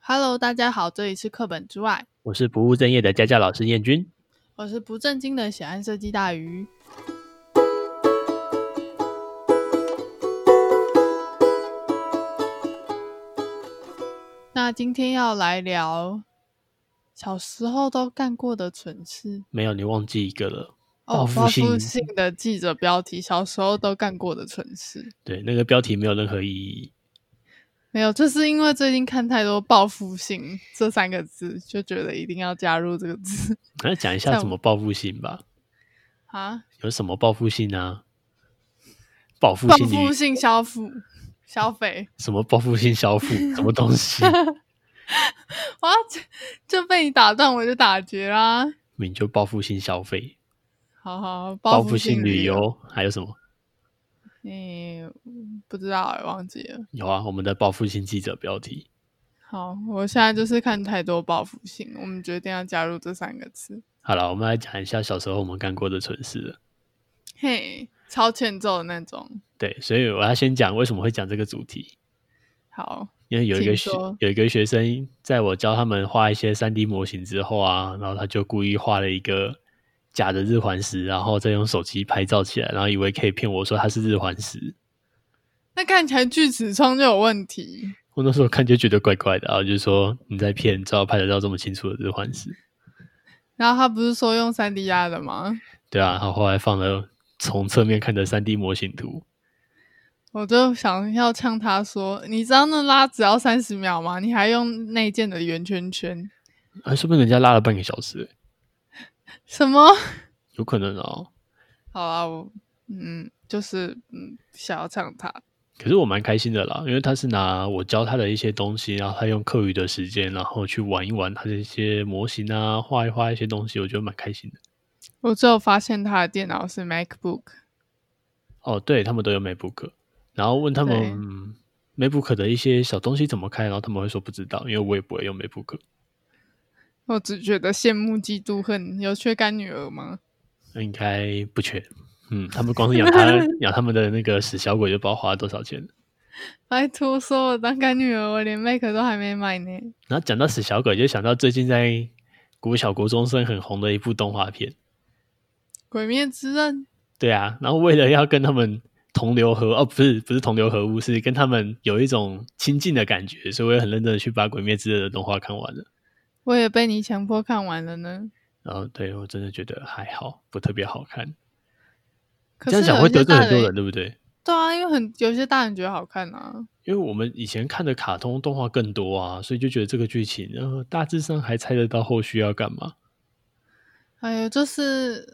Hello，大家好，这里是课本之外，我是不务正业的家教老师燕君。我是不正经的喜欢设计大鱼。那今天要来聊小时候都干过的蠢事没有，你忘记一个了。哦，报报复性复性的记者标题：小时候都干过的蠢事。对，那个标题没有任何意义。没有，就是因为最近看太多“报复性”这三个字，就觉得一定要加入这个字 来讲一下像什么报复性吧，啊。有什么报复性啊？报复报性复你性消费，消费，什么报复性消费？什么 东西？哇，就就被你打断，我就打结啦。你就报复性消费、好好，报复复性旅旅，游，还有什么？诶、嗯不知道、欸，忘记了。有啊，我们的报复性记者标题。好，我现在就是看太多报复性，我们决定要加入这三个字。好了，我们来讲一下小时候我们干过的蠢事了。嘿，超欠揍的那种。对，所以我要先讲为什么会讲这个主题。好，因为有一请个学说有一个学生，在我教他们画一些三 D 模型之后啊，然后他就故意画了一个假的日环食，然后再用手机拍照起来，然后以为可以骗我说它是日环食。那看起来锯齿窗就有问题。我那时候看就觉得怪怪的，然后就说你在骗，照拍得到这么清楚的日环食？然后他不是说用三 D 压的吗？对啊，然后后来放了从侧面看的三 D 模型图，我就想要呛他说：“你知道那拉只要三十秒吗？你还用内建的圆圈圈？啊，说不定人家拉了半个小时欸、什么？有可能哦。好啊，我嗯，就是嗯，想要呛他。可是我蛮开心的啦，因为他是拿我教他的一些东西，然后他用课余的时间，然后去玩一玩他的一些模型啊，画一画一些东西，我觉得蛮开心的。我最后发现他的电脑是 MacBook，哦，对他们都有 MacBook，然后问他们对嗯 MacBook 的一些小东西怎么开，然后他们会说不知道，因为我也不会用 MacBook，我只觉得羡慕、嫉妒、恨。有缺干女儿吗？应该不缺。嗯，他们光是养他养他们的那个死小鬼就不知道花了多少钱了。拜托，说我当干女儿，我连 Mac 都还没买呢。然后讲到死小鬼，就想到最近在国小国中生很红的一部动画片。鬼灭之刃，对啊，然后为了要跟他们同流合哦，不是不是同流合污，是跟他们有一种亲近的感觉，所以我也很认真的去把《鬼灭之刃》的动画看完了。我也被你强迫看完了呢。然后对我真的觉得还好，不特别好看。可这样是讲有会一些得罪大很多人，人，对不对？对啊，因为很有些大人觉得好看啊。因为我们以前看的卡通动画更多啊，所以就觉得这个剧情，呃，大致上还猜得到后续要干嘛。还有哎就是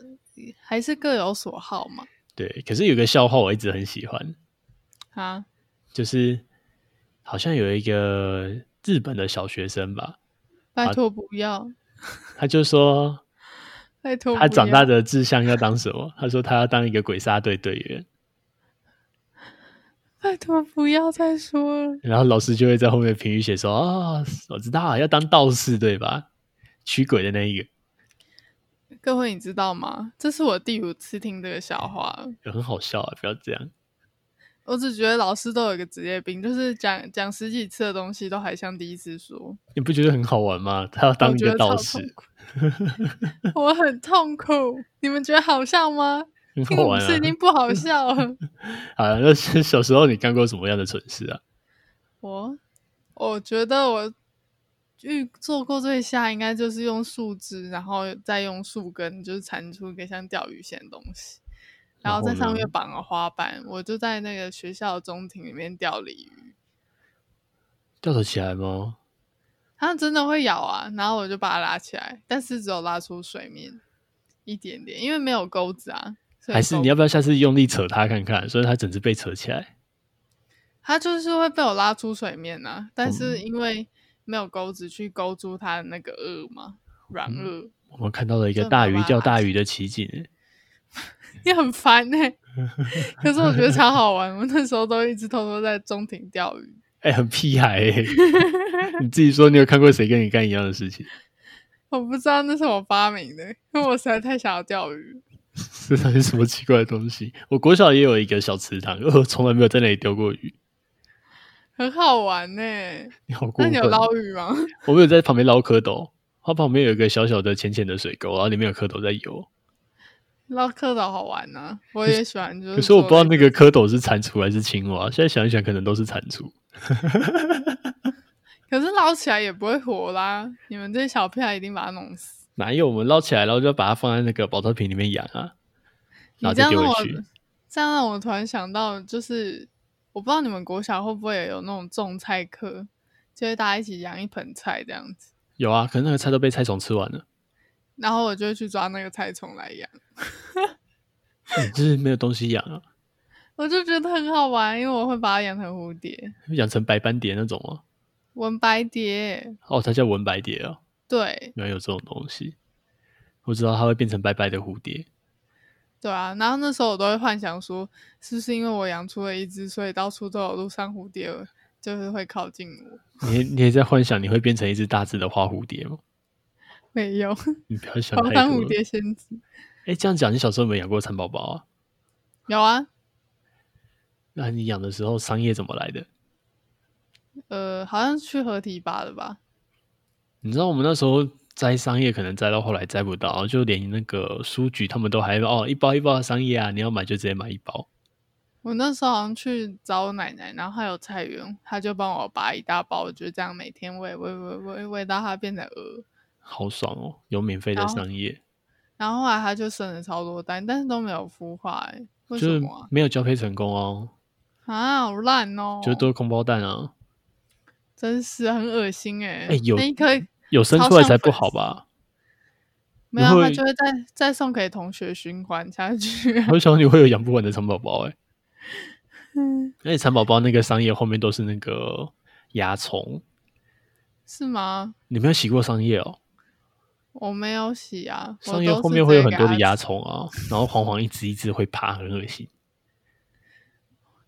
还是各有所好嘛。对，可是有个笑话我一直很喜欢，啊，就是好像有一个日本的小学生吧，拜啊托不要，他就说拜托不他要。长大的志向要当什么？ 他说他要当一个鬼杀队队员，拜托不要再说了。然后老师就会在后面评语写说：“哦，我知道，要当道士对吧？驱鬼的那一个，各位，你知道吗？这是我第五次听这个笑话了。很好笑啊！不要这样。我只觉得老师都有一个职业病，就是讲讲十几次的东西都还像第一次说，你不觉得很好玩吗？他要当我一觉个得超道痛士，苦。 我很痛苦，你们觉得好笑 吗？很第好五玩次已经啊！不好笑了。啊，那是小时候你干过什么样的蠢事啊？我我觉得我遇做过最瞎，应该就是用树枝，然后再用树根，就是缠出一个像钓鱼线的东西，然然后在后上呢面绑了花瓣。我就在那个学校的中庭里面钓鲤鱼，吊得起来吗？它真的会咬啊，然后我就把它拉起来，但是只有拉出水面一点点，因为没有钩子啊。所以还是钩你要不要下次用力扯它看看？所以它整只被扯起来。它就是会被我拉出水面呐、啊，但是嗯因为没有钩子去勾住它的那个颚嘛，软颚。嗯我们看到了一个真的没大有鱼办法叫拉大鱼的奇景、欸你很烦呢、 可是我觉得超好玩，我那时候都一直偷偷在中庭钓鱼。哎、很屁孩、欸！ 你自己说，你有看过谁跟你干一样的事情？我不知道那是我发明的，因为我实在太想要钓鱼。 这到底什么奇怪的东西？我国小也有一个小池塘，可我从来没有在那里钓过鱼。很好玩呢、欸你好过那分哦你有捞鱼吗？我没有在旁边捞蝌蚪，它旁边有一个小小的浅浅的水沟，然后里面有蝌蚪在游。捞蝌蚪好玩啊，我也喜欢。就是可是我不知道那个个蝌蚪是蟾蜍还是青蛙，现在想一想，可能都是蟾蜍。可是捞起来也不会活啦，你们这些小屁孩一定把它弄死。哪有我们捞起来，然后就把它放在那个保特瓶里面养啊，你然这后再样丢让我回去。这样让我突然想到，就是我不知道你们国小会不会有那种种菜课，就是大家一起养一盆菜这样子，有啊，可是那个菜都被菜虫吃完了， 然后我就会去抓那个菜虫来养，你就是没有东西养啊，我就觉得很好玩，因为我会把它养成蝴蝶、养成白斑蝶那种啊。文白蝶，哦，它叫文白蝶啊，对原来有这种东西。我知道它会变成白白的蝴蝶，对啊。然后那时候我都会幻想说，是不是因为我养出了一只，所以到处都有路上蝴蝶就是会靠近我？你你也在幻想你会变成一只大只的花蝴蝶吗？没有，你不要想黄太山多蝴了。蝶仙子哎，这样讲，你小时候有没有养过蚕宝宝啊？有啊，那你养的时候桑叶怎么来的？呃，好像是去合体吧的吧？你知道我们那时候摘桑叶，可能摘到后来摘不到，就连那个书局他们都还哦一包一包的桑叶啊，你要买就直接买一包。我那时候好像去找我奶奶，然后还有菜园，她就帮我拔一大包，我就这样每天喂喂喂喂喂到它变成鹅，好爽哦，有免费的然后商业，然后后来它就生了超多蛋，但是都没有孵化、欸，为就什是么啊？没有交配成功哦，啊，好烂哦、就是都是空包蛋啊，真是很恶心哎、哎有那一颗有生出来才不好吧？没有，它会就会再再送给同学循环下去。我想你会有养不完的蚕宝 宝哎，嗯而且蚕宝宝那个桑叶后面都是那个蚜虫， 是吗？你没有洗过桑叶哦，我没有洗啊，我桑叶都后是直面会有接很给多的它蚜吃。虫啊，然后黄黄一只一只会爬，很恶心。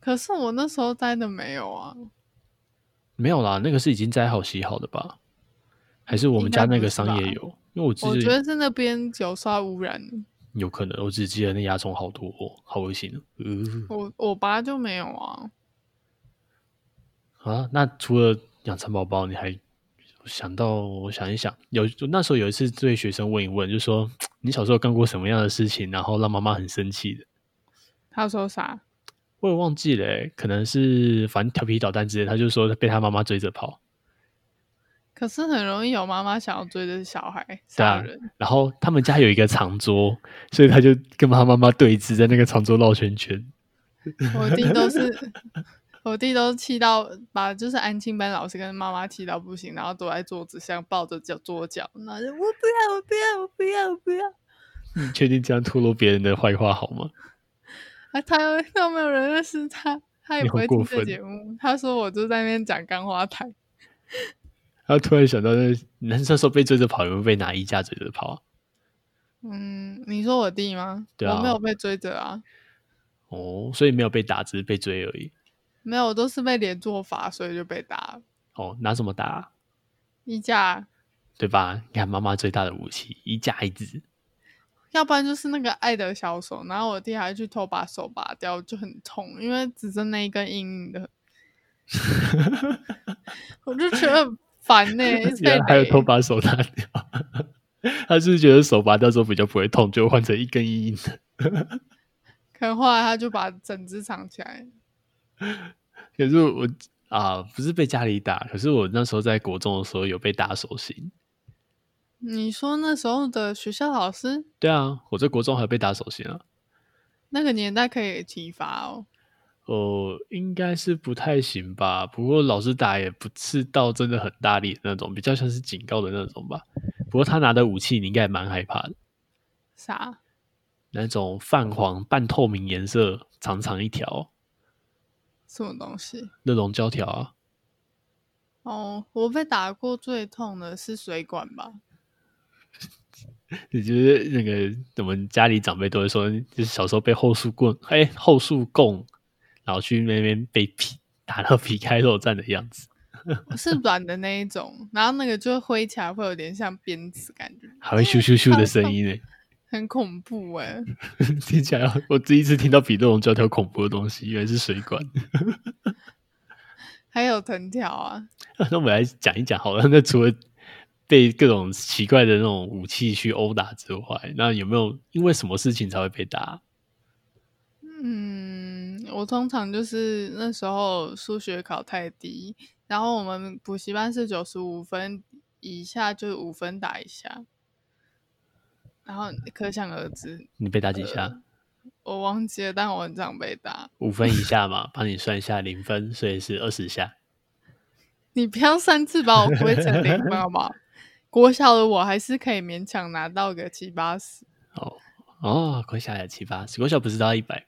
可是我那时候摘的没有啊，没有啦，那个是已经摘好洗好的吧？还是我们应家该那不个是桑叶吧有？因为我我只觉是得是那边有受到污染。有可能，我只记得那蚜虫好多、哦，好恶心哦。呃我我爸就没有啊，啊，那除了养蚕宝宝，你还想到？我想一想，有那时候有一次对学生问一问，就说你小时候干过什么样的事情，然后让妈妈很生气的？他说啥？我也忘记了欸、可能是反正调皮捣蛋之类的，他就说被他妈妈追着跑，可是很容易有妈妈想要追着小孩对杀啊人，然后他们家有一个长桌，所以他就跟他妈妈对峙，在那个长桌绕圈圈。 我弟都是我弟都气到把就是安庆班老师跟妈妈气到不行，然后躲在桌子上抱着脚桌角，然后就我不要我不要我不要我不要，你确定这样吐露别人的坏话好吗？啊他又又没有人认识他，他也你不好会过听这分节目，他说我就在那边讲干花台，然后突然想到那，男生说被追着跑，有没有被拿衣架追着跑啊？嗯，你说我弟吗？对啊我没有被追着啊，哦，所以没有被打，只是被追而已。没有，我都是被连坐法，所以就被打了哦，拿什么打啊、衣架。对吧？你看妈妈最大的武器，衣架一只。要不然就是那个爱的小手，然后我弟还去偷把手拔掉，就很痛，因为只剩那一根硬硬的， 我就觉得很 烦呢、一直被原来还有雷偷把手拿掉， 他是不是觉得手拔掉之后比较不会痛，就换成一根硬硬的。可能后来他就把整只藏起来，可是我啊、不是被家里打，可是我那时候在国中的时候有被打手心。你说那时候的学校老师对啊，我在国中还有被打手心啊。那个年代可以体罚哦，哦，应该是不太行吧。不过老师打也不是到真的很大力的那种，比较像是警告的那种吧。不过他拿的武器你应该也蛮害怕的，啥？那种泛黄、半透明颜色，长长一条什么东西？那种胶条啊。哦，我被打过最痛的是水管吧？你觉得那个我们家里长辈都会说，就是小时候被后树棍，哎、后树棍，然后去那边被劈打到皮开肉绽的样子，是软的那一种，然后那个就挥起来会有点像鞭子感觉，还会咻咻咻的声音呢、 很恐怖哎、听起来我第一次听到比那种胶条恐怖的东西，原来是水管。 还有藤条啊， 那我们来讲一讲好了。那除了被各种奇怪的那种武器去殴打之外，那有没有因为什么事情才会被打？嗯，我通常就是那时候数学考太低，然后我们补习班是九十五分以下，就是五分打一下，然后可想而知，你被打几下？我忘记了，但我很常被打。五、分以下嘛，帮你算一下零分，所以是二十下。你不要擅自把我归成零分好不好？ 国小的我还是可以勉强拿到个七八十，哦哦，国小也七八十，国小不是到一百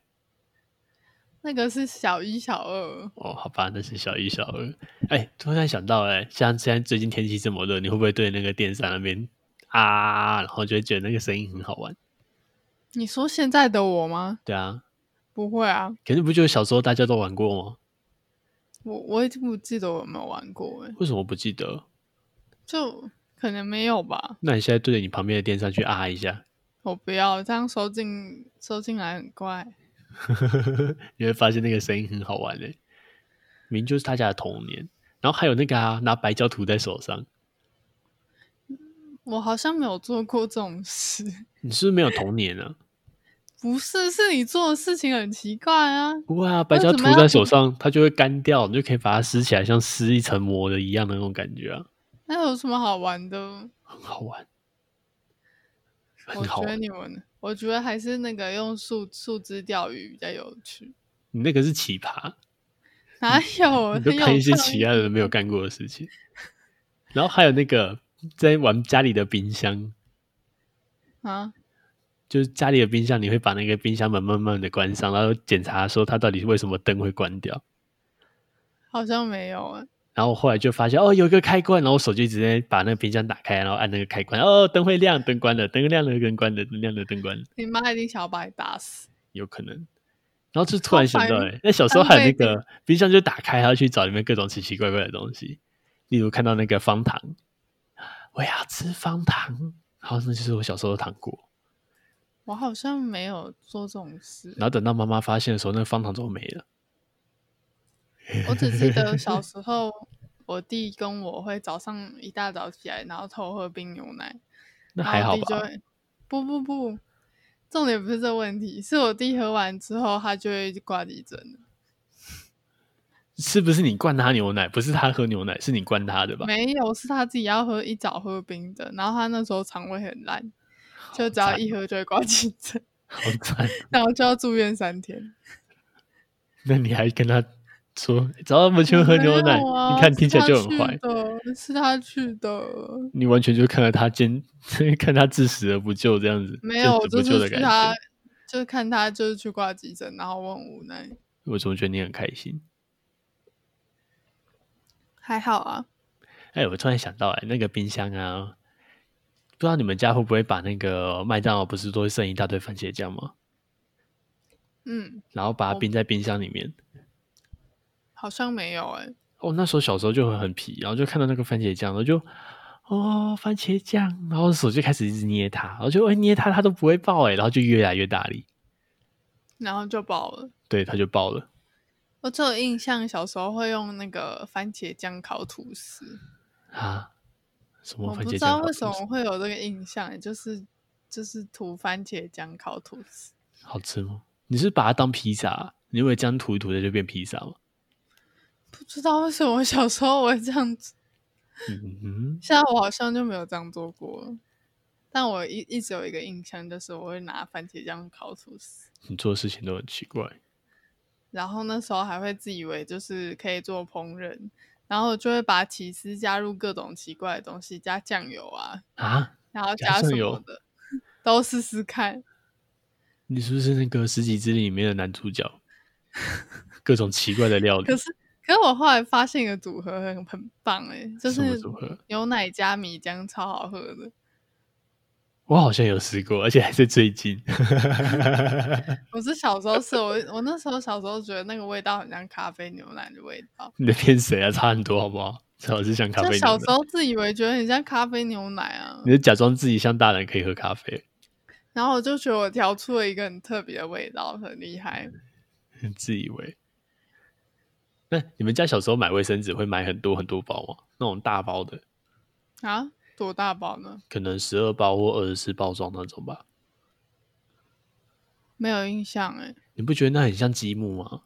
那个是小一小二。哦？好吧，那是小一、小二。哎，突然想到、哎，像现在最近天气这么热，你会不会对那个电扇那边啊，然后就会觉得那个声音很好玩？你说现在的我吗？对啊，不会啊，可是不就小时候大家都玩过吗？我我已经不记得我有没有玩过哎、为什么不记得？就可能没有吧。那你现在对着你旁边的电扇去啊一下， 我不要这样收进收进来很怪。你会发现那个声音很好玩嘞、明明就是大家的童年。然后还有那个啊，拿白胶涂在手上，我好像没有做过这种事，你是不是没有童年啊？不是，是你做的事情很奇怪啊。不会啊，白胶涂在手上，它就会干掉，你就可以把它撕起来，像撕一层膜的一样的那种感觉啊，那有什么好玩的？很好玩，很我好觉得玩。你们，我觉得还是那个用树树枝钓鱼比较有趣。你那个是奇葩，哪有？你就很有看一些啊创其意他人没有干过的事情。然后还有那个在玩家里的冰箱，啊！就是家里的冰箱，你会把那个冰箱门慢慢的关上，然后检查说它到底为什么灯会关掉。好像没有啊。然后我后来就发现哦，有一个开关，然后我手机直接把那个冰箱打开，然后按那个开关，哦，灯会亮，灯关了，灯亮了，灯关了，灯亮了，灯关了，你妈一定想要把你打死。有可能。然后就突然想到，好烦哎，那小时候还有那浪个冰箱就打开，还要去找里面各种奇奇怪怪的东西，例如看到那个方糖，我要吃方糖，然后那就是我小时候的糖果。我好像没有做这种事，然后等到妈妈发现的时候，那个方糖怎么没了？我只记得 小时候我弟跟我会早上一大早起来，然后偷喝冰牛奶，那然还后好我弟就吧？会不不不，重点不是这问题，是我弟喝完之后他就会挂急诊了 是不是你灌他牛奶？不是他喝牛奶，是你灌他的吧？没有，是他自己要喝一早喝冰的，然后他那时候肠胃很烂，就只要一喝就会挂急诊，好惨！然后就要住院三天。那你还跟他说，找我们去喝牛奶？没有啊你看听起来就很坏是，他去的，是他去的。你完全就看到他坚， 看他自死而不救这样子，没有，我见死不就救是的去感他觉。，就是看他就是去挂急诊，然后我很无奈。我怎么觉得你很开心？还好啊，哎、我突然想到、哎，那个冰箱啊，不知道你们家会不会把那个麦当劳不是都会剩一大堆番茄酱吗？嗯，然后把它哦冰在冰箱里面。好像没有哎、哦，那时候小时候就很很皮，然后就看到那个番茄酱，然后就哦番茄酱，然后手就开始一直捏它，然后就哎、捏它它都不会爆哎、然后就越来越大力，然后就爆了。对，它就爆了。我只有印象，小时候会用那个番茄酱烤吐司，啊？什么我番不茄知酱道烤为吐什么司会有这个印象、欸，就是就是涂番茄酱烤吐司，好吃吗？你是把它当披萨啊、你以为这样涂一涂的就变披萨吗？不知道为什么小时候我会这样子，嗯哼，现在我好像就没有这样做过了。但我一一直有一个印象，就是我会拿番茄酱烤吐司。你做的事情都很奇怪。然后那时候还会自以为就是可以做烹饪，然后就会把起司加入各种奇怪的东西，加酱油啊，啊，然后加加酱什油么的，都试试看。你是不是那个《十几之灵》里面的男主 角？各种奇怪的料理可，是，可是我后来发现一个组合很很棒哎、就什么是组合？牛奶加米浆，超好喝的。我好像有试过，而且还是最近。 我是小时候是我我那时候小时候觉得那个味道很像咖啡牛奶的味道，你在骗谁啊？差很多好不好？最好是像咖就啡小牛时奶，候自以为觉得很像咖啡牛奶啊 你。就假装自己像大人可以喝咖啡，然后我就觉得我调出了一个很特别的味道，很厉害。自以为。那你们家小时候买卫生纸会买很多很多包吗？那种大包的，嗯啊，多大包呢？可能十二包或二十四包装那种吧？没有印象哎、你不觉得那很像积木吗？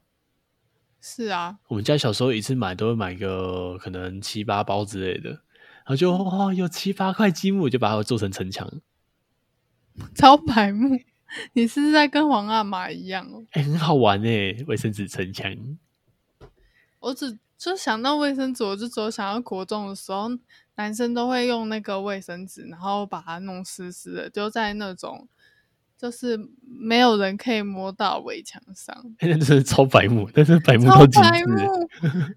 是啊， 我们家小时候一次买都会买个可能七八包之类的，然后嗯就哇有七八块积木，就把它做成城墙，超白目，你是不是在跟王阿玛一样哦。哎、很好玩哎、卫生纸城墙，我只就想到卫生纸，我就只有想到国中的时候，男生都会用那个卫生纸，然后把它弄湿湿的，丢在那种就是没有人可以摸到围墙上，哎、那真的超白目，但是白目超到极白致欸。目。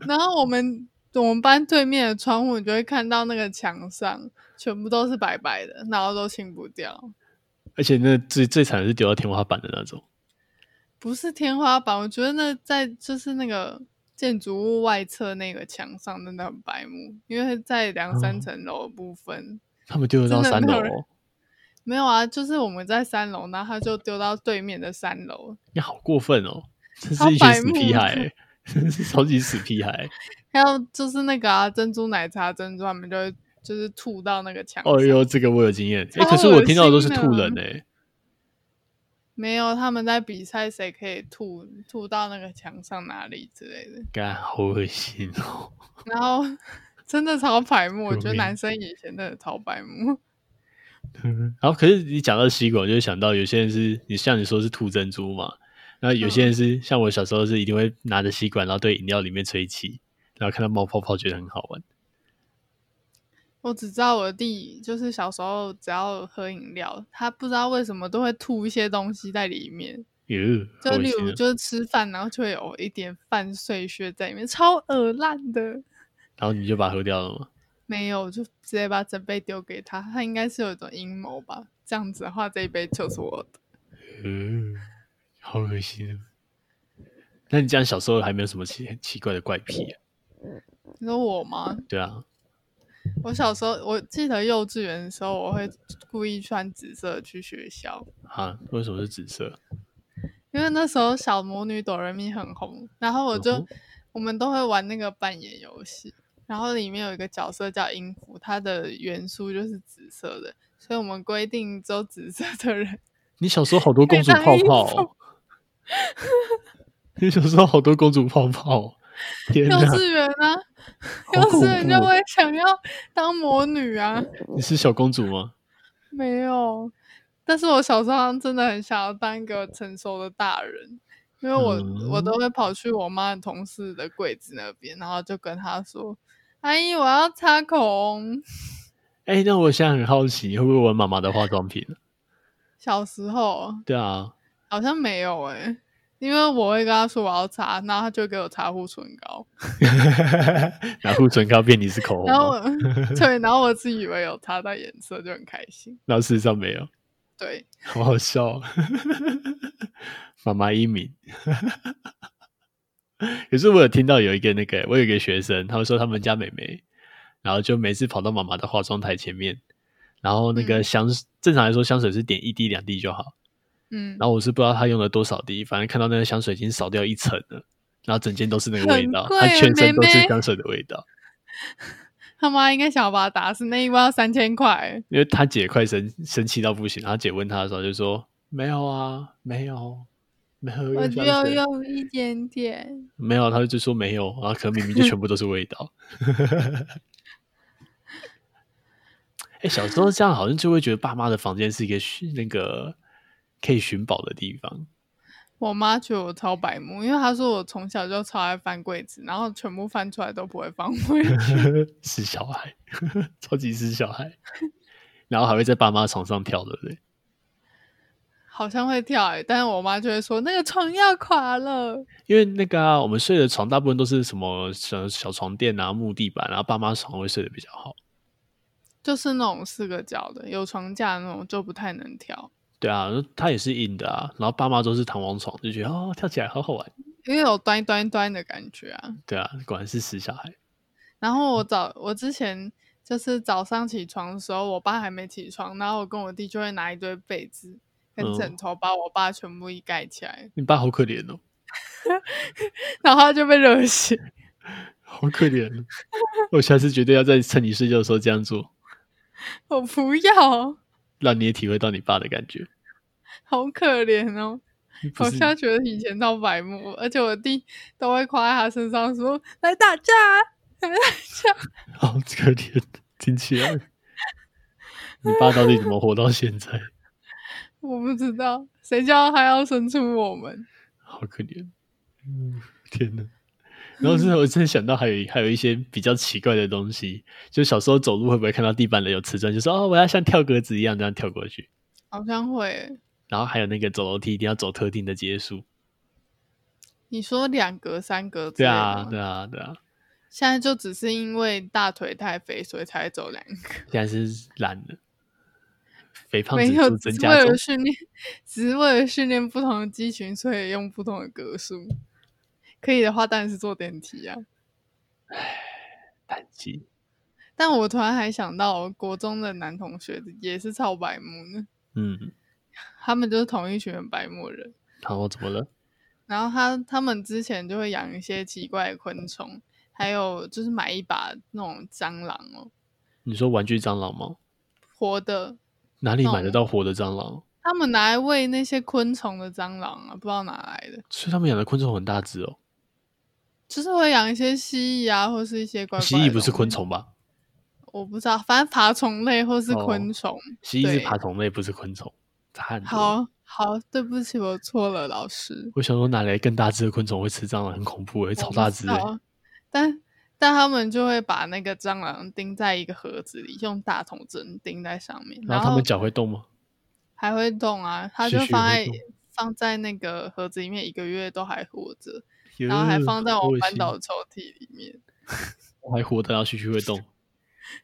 然后我们我们班对面的窗户，你就会看到那个墙上全部都是白白的，然后都清不掉。而且那最最惨的是丢到天花板的那种，不是天花板，我觉得那在就是那个建筑物外侧那个墙上真的很白目，因为在两哦三层楼的部分、他们丢得真到的三没楼有人哦，没有啊，就是我们在三楼，然后他就丢到对面的三楼，你好过分哦，真超是一群白死屁目孩 欸、真是超级死屁孩欸。还有就是那个啊珍珠奶茶珍珠，他们就会就是吐到那个墙上。哦呦，这个我有经验，哎、超可是我恶听到的都是心吐的人哎、没有，他们在比赛谁可以吐吐到那个墙上哪里之类的，干好恶心哦。然后 真的超白目，我救觉得命男生以前真的超白目。嗯然后，可是你讲到吸管，我就想到有些人是你像你说是吐珍珠嘛，然后有嗯些人是、像我小时候是一定会拿着吸管，然后对饮料里面吹气，然后看到冒泡泡觉得很好玩。我只知道我弟就是小时候只要喝饮料，他不知道为什么都会吐一些东西在里面，哟，就好恶例心如啊就是吃饭，然后就会有一点饭碎屑在里面，超恶烂的。然后你就把它喝掉了嘛？没有，我就直接把整杯丢给他，他应该是有一种阴谋吧？这样子的话，这一杯就是我的。嗯，好恶心啊！那你这样小时候还没有什么奇很奇怪的怪癖、啊？你说我吗？对啊，我小时候，我记得幼稚园的时候，我会故意穿紫色去学校，啊，为什么是紫色？因为那时候小魔女哆瑞咪很红，然后我就、嗯哼我们都会玩那个扮演游戏，然后里面有一个角色叫音符，它的元素就是紫色的，所以我们规定只有紫色的人你小时候好多公主可以泡当衣泡、哦， 你小时候好多公主泡 泡、哦， 天幼哪！稚园啊， 好幼恐稚园就怖哦会想要当魔女啊，你是小公主吗？没有，但是我小时候好像真的很想要当一个成熟的大人。因为我、嗯我都会跑去我妈的同事的柜子那边，然后就跟她说：“阿姨，我要擦口红。”哎、那我现在很好奇，你会不会玩妈妈的化妆品？小时候 对啊，好像没有诶、因为我会跟他说我要擦，然后他就给我擦护唇膏，拿护唇膏变你是口 红哦然后吗，我对，然后我自己以为有擦到颜色就很开心。然后事实上没有，对，好好笑、哦。妈妈一名，可是我有听到有一个那个，我有一个学生，他们说他们家妹妹，然后就每次跑到妈妈的化妆台前面，然后那个嗯香，正常来说香水是点一滴两滴就好，嗯，然后我是不知道他用了多少滴，反正看到那个香水已经少掉一层了，然后整间都是那个味很道，贵他耶全身都是妹妹香水的味道。他妈应该想要把他打死，那一包要三千块，因为他姐快生生气到不行，然后姐问他的时候就说：“没有啊，没有，没有欸我用只香有水，用一点点。没有。”他就说没有，然后可能明明就全部都是味道。 哎、小时候这样好像就会觉得爸妈的房间是一个寻那个可以寻宝的地方。我妈觉得我超白目，因为她说我从小就超爱翻柜子，然后全部翻出来都不会放回 去。死小孩， 超级死小孩，然后还会在爸妈床上跳，对不对？好像会跳、欸，但是我妈就会说那个床要垮了。因为那个啊，我们睡的床大部分都是什么小小床垫啊、木地板，然后爸妈床会睡得比较好。就是那种四个角的，有床架那种就不太能跳，对啊，它也是硬的啊，然后爸妈都是弹簧床，就觉得哦跳起来好好玩。因为有端端端的感觉啊。对啊，果然是死小孩。然后我早我之前就是早上起床的时候，我爸还没起床，然后我跟我弟就会拿一堆被子跟嗯枕头把我爸全部一盖起来，你爸好可怜哦，然后他就被热醒。好可怜。哦我下次绝对要在趁你睡觉的时候这样做，我不要，让你也体会到你爸的感觉。好可怜哦！不我是现在觉得以前到白目，而且我弟都会夸在他身上说：“来打架啊，来打架。好可怜，听起来。你爸到底怎么活到现在？”我不知道谁叫他要生出我们。好可怜。嗯， 天哪！然后真的，我真的想到还有一还有一些比较奇怪的东西，就小时候走路会不会看到地板的有瓷砖，就说哦我要像跳格子一样这样跳过去。好像会，欸然后还有那个走楼梯一定要走特定的阶数。你说两格、三格之对类的啊，吗对啊，对啊。现在就只是因为大腿太肥，所以才走两格。啊现在是懒了，肥胖没指有，数只增是加为中了。训练，只是为了训练不同的肌群，所以用不同的格数。可以的话，当然是坐电梯啊。叹气。但我突然还想到，我国中的男同学也是超白目呢，嗯，他们就是同一群很白目的人。然后怎么了？然后他他们之前就会养一些奇怪的昆虫，还有就是买一把那种蟑螂哦，你说玩具蟑螂吗？活的，哪里买得哦到活的蟑螂？他们拿来喂那些昆虫的蟑螂啊，不知道哪来的，所以他们养的昆虫很大只哦。就是会养一些蜥蜴啊，或是一些怪怪。哦蜥蜴不是昆，虫吧？我不知道，反正爬虫类或是哦昆虫。蜥蜴是对爬虫类，不是昆虫。差很多。好好，对不起，我错了，老师。我想说，哪来更大只的昆虫会吃蟑螂？很恐怖诶、我超不大知只欸诶、道 但但他们就会把那个蟑螂钉在一个盒子里，用大筒针钉在上面，然后他们脚会动吗？还会动啊，它栩就栩放如在生放在那个盒子里面一个月都还活着，然后还放在我们班导的抽屉里面。 还活的，然后蛐蛐会动，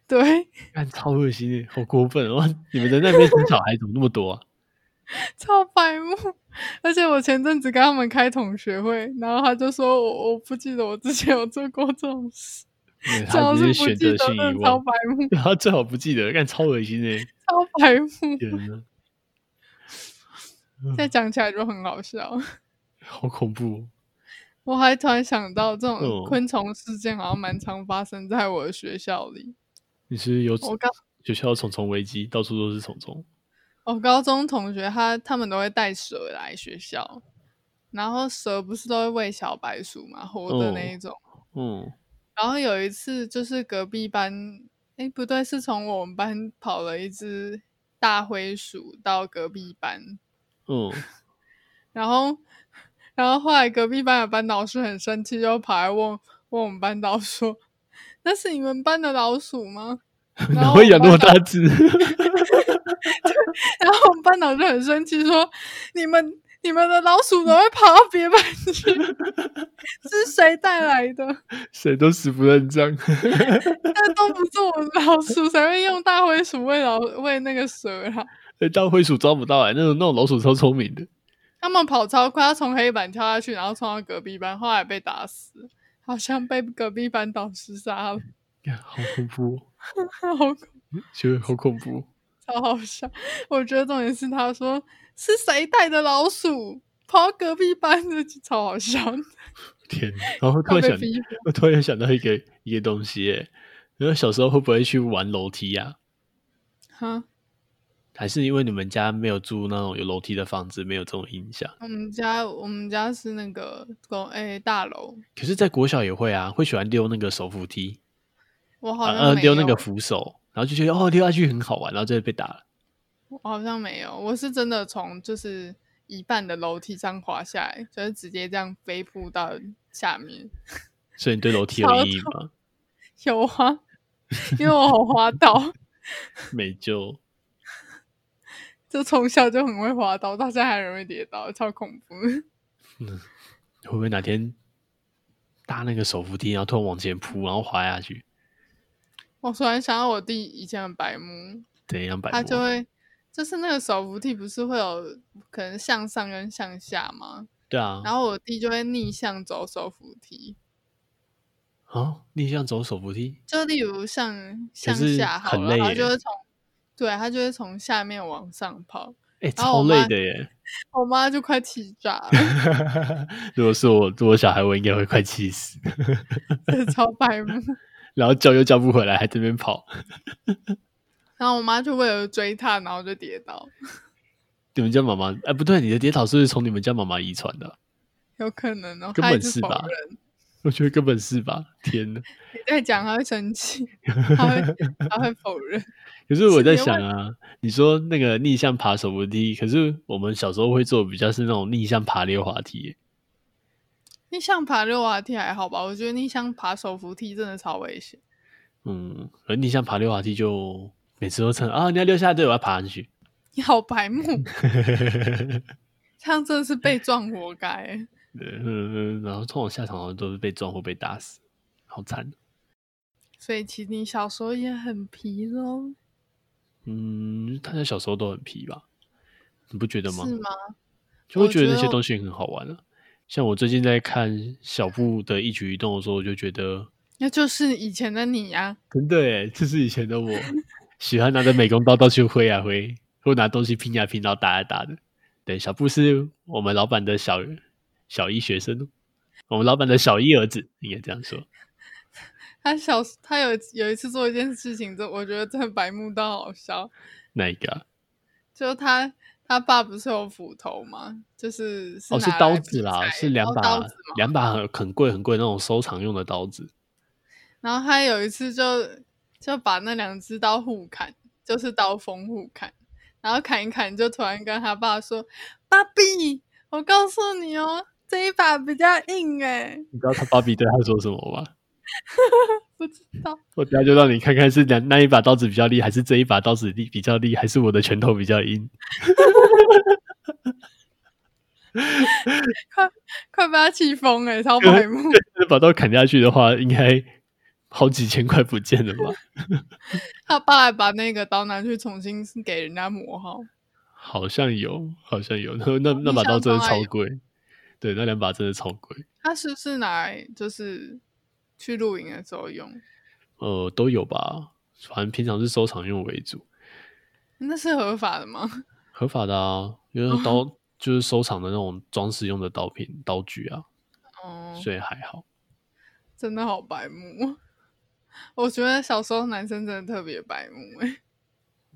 对，看超恶心的，好过分哦！ 哇你们在那边生小孩怎么那么多啊？超白目。而且我前阵子跟他们开同学会，然后他就说我我不记得我之前有做过这种事，因为只要他是只不是记选得择真性的遗超忘，白目，然后最好不记得，看超恶心 的，超白目。天呐，现在讲起来就很好笑。好恐怖哦！我还突然想到，这嗯种昆虫事件好像蛮常发生在我的学校里。你是不是有我刚学校有虫虫危机，到处都是虫虫，我高中同学他他们都会带蛇来学校，然后蛇不是都会喂小白鼠嘛，活的那一种。嗯，然后有一次就是隔壁班，哎不对，是从我们班跑了一只大灰鼠到隔壁班，嗯，然后然后后来隔壁班的班导师很生气，就跑来问问我们班导说：“那是你们班的老鼠吗？” 然 哪后我会养那么班导大只？ 然后我们班 导就很生气说：“你们你们的老鼠都会跑到别班去， 是谁带来的？谁都死不认账， 那都不是我们的老鼠，谁会用大灰鼠喂老喂那个蛇啊？大灰鼠抓不到哎、那种那种老鼠超聪明的，他们跑超快，他从黑板跳下去，然后冲到隔壁班，后来被打死，好像被隔壁班导师杀了，干好恐怖哦、好恐觉得好恐 怖。超好笑。我觉得重点是他说是谁带的老鼠跑到隔壁班的，超好 笑，天，然后突他然被想，逼疯。我突然想到一个一个东西、耶，然后小时候会不会去玩楼梯呀、哈，还是因为你们家没有住那种有楼梯的房子，没有这种印象？嗯我们家我们家是那个公诶、大楼，可是，在国小也会啊，会喜欢溜那个手扶梯，我好啊像、呃，没溜那个有扶手，然后就觉得哦，溜下去很好玩，然后就被打了。我好像没有，我是真的从就是一半的楼梯上滑下来，就是直接这样飞扑到下面。所以你对楼梯有超阴影吗？有啊， 因为我好滑倒，没救。 就从小就很会滑倒，到现在还容易跌倒，超恐怖。 会不会哪天搭那个手扶梯，然后突然往前扑，然后滑下去？我突然想到我弟以前很白目，怎样摆他脱？就会就是那个手扶梯不是会有可能向上跟向下吗？对啊，然后我弟就会逆向走手扶梯，啊，逆向走手扶梯，就例如像向是下好很了，累他就耶会从对他就会从下面往上跑，哎、然后超我累妈的耶！我妈就快气炸 了，如果是我，我小孩，我应该会快气死。 真的超白目。 然后叫又叫不回来，还这边跑。然后我妈就为了追她，然后就跌倒，你们家妈妈？哎、不对，你的跌倒是不是从你们家妈妈遗传的啊？有可能哦，根她一本直是否吧认。我觉得根本是吧。天哪！你再讲她会生气，她会她会否认。可是我是在别想问啊，你说那个逆向爬手扶梯，可是我们小时候会做比较是那种逆向爬溜滑梯耶，逆向爬溜滑梯还好吧？我觉得逆向爬手扶梯真的超危险。嗯，而逆向爬溜滑梯就每次都趁啊你要溜下来，对，我要爬上去，你好白 目，这样真的是被撞活该欸。对，嗯，然后通常下场好像都是被撞或被打死，好惨。所以其实你小时候也很皮喽，嗯，大家小时候都很皮吧？你不觉得吗？是吗？就会我觉觉得那得些我东西很好玩啊。像我最近在看小布的一举一动的时候，我就觉得那就是以前的你啊呀、真的耶，这是以前的我，喜欢拿着美工刀到处挥啊挥，或拿东西拼呀、拼，然后打呀、打的。对，小布是我们老板的小小一学生，我们老板的小一儿子，应该这样说。他小他有有一次做一件事情，这我觉得真的白目到好笑。那一个啊、就他他爸不是有斧头吗？就是是哦，是拿来刀子劈啦，柴是两哦把刀子嘛。两把很很贵很贵那种收藏用的刀子。然后他有一次就就把那两只刀互砍，就是刀锋互砍，然后砍一砍，就突然跟他爸说：“爸比，我告诉你哦，这一把比较硬哎诶。你知道他芭比对他说什么吗？”不知道，我等下就让你看看是哪那一把刀子比较厉，还是这一把刀子力比较厉，还是我的拳头比较硬？快被他气疯诶，超白目。把刀砍下去的话，应该好几千块不见了吧？ 他爸还把那个刀拿去重新给人家磨好，好像有，好像有。那那那印把刀象真中的还超有贵，对，那两把真的超贵。他是不是拿来就是去露营的时候用？呃，都有吧，反正平常是收藏用为主，那是合法的吗？合法的啊。因为刀、就是收藏的那种装饰用的刀品、刀具啊，哦，所以还好。 真的好白目。哦我觉得小时候男生真的特别白目、欸，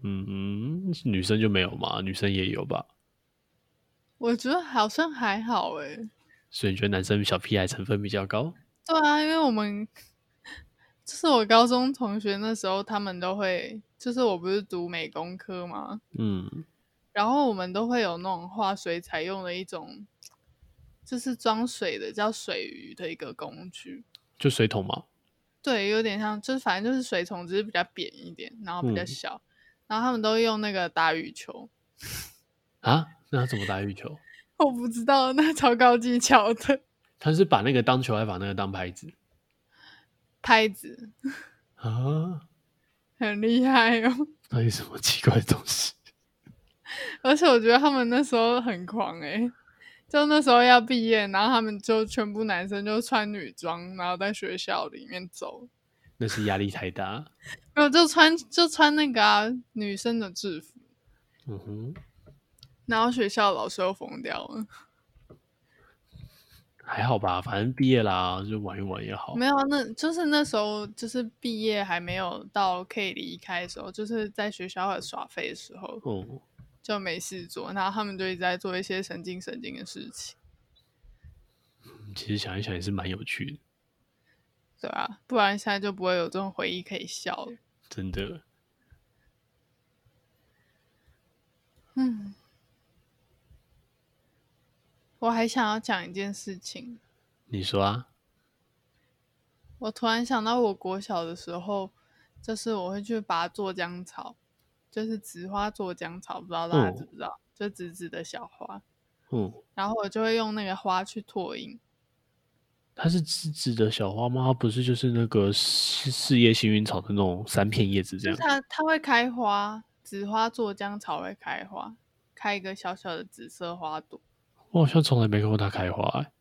嗯嗯，女生就没有嘛，女生也有吧。我觉得好像还好、欸，所以你觉得男生小屁孩成分比较高？对啊，因为我们就是我高中同学那时候，他们都会，就是我不是读美工科嘛，嗯，然后我们都会有那种画水彩用的一种，就是装水的叫水鱼的一个工具，就水桶嘛。对，有点像，就是反正就是水桶，只是比较扁一点，然后比较嗯小，然后他们都用那个打羽球，啊，那他怎么打羽球？我不知道那超高技巧的他是把那个当球，还把那个当拍子拍子，啊？很厉害哦。那有什么奇怪的东西？而且我觉得他们那时候很狂诶、就那时候要毕业，然后他们就全部男生就穿女装，然后在学校里面走，那是压力太大。没有就穿就穿那个啊女生的制服，嗯哼，然后学校老师又疯掉了。还好吧，反正毕业啦，就玩一玩也好。没有，啊那就是那时候就是毕业还没有到可以离开的时候，就是在学校很耍废的时候哦，就没事做，然后他们就一直在做一些神经神经的事情，其实想一想也是蛮有趣的，对啊，不然现在就不会有这种回忆可以笑了。真的。嗯，我还想要讲一件事情，你说啊？我突然想到，我国小的时候，就是我会去拔做浆草，就是紫花做浆草，不知道大家哦知不知道，就紫紫的小花，嗯，然后我就会用那个花去拓印。它是栀子的小花吗？它不是就是那个四四叶幸运草的那种三片叶子这就是样？它它会开花，紫花做浆草会开花，开一个小小的紫色花朵，我好像从来没看过它开花、欸，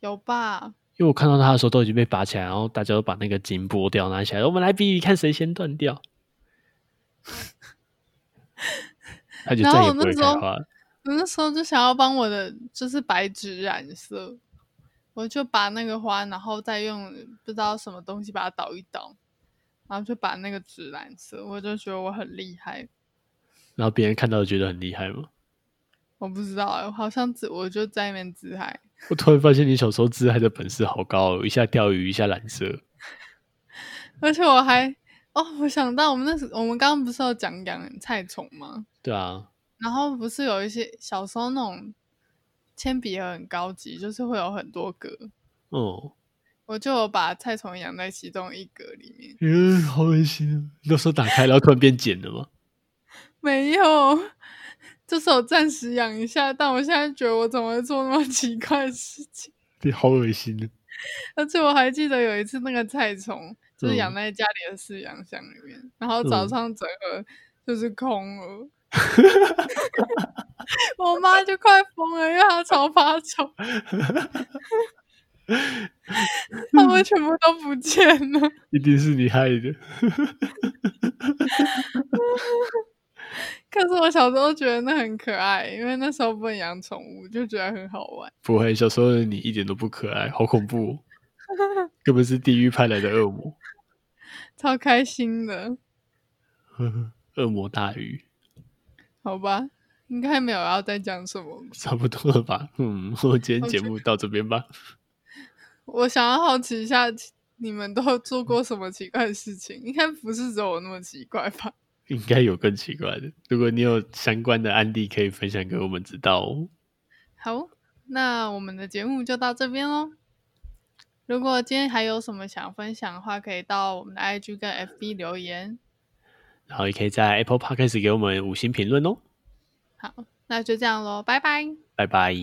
有吧？因为我看到它的时候都已经被拔起来，然后大家都把那个茎剥掉拿起来，我们来比比看谁先断掉。他就然再后也我不那会时开候花了。我那时候就想要帮我的就是白纸染色，我就把那个花，然后再用不知道什么东西把它捣一捣，然后就把那个纸染色。我就觉得我很厉害，然后别人看到觉得很厉害嘛。我不知道、欸，我好像只我就在那边自嗨。我突然发现你小时候自嗨的本事好高、哦，一下钓鱼，一下染色。而且我还哦，我想到我们那时我们刚刚不是有讲养菜虫吗？对啊，然后不是有一些小时候那种铅笔盒很高级，就是会有很多格，哦，我就有把菜虫养在其中一格里面。嗯，好恶心啊！你到时候打开，然后突然变碱了嘛？没有，就是我暂时养一下，但我现在觉得我怎么会做那么奇怪的事情？ 你好恶心啊！而且我还记得有一次那个菜虫，就是养嗯在家里的饲养箱里面，然后嗯早上整个就是空 了。我妈就快疯了，因为她超怕虫， 它们全部都不见了。一定是你害的。可是我小时候觉得那很可爱，因为那时候不能养宠物，就觉得很好玩。不会，小时候的你一点都不可爱，好恐怖、哦，根本是地狱派来的恶魔， 超开心的，恶魔大鱼，好吧？应该没有要再讲什么。差不多了吧？嗯，我今天我节觉目到这边吧。我想要好奇一下，你们都做过什么奇怪的事情？应该不是只有我那么奇怪吧？应该有更奇怪的，如果你有相关的案例可以分享给我们知道哦。好，那我们的节目就到这边喽。如果今天还有什么想分享的话，可以到我们的 IG 跟 FB 留言。然后也可以在 Apple Podcast 给我们五星评论哦，好，那就这样喽，拜拜。拜拜。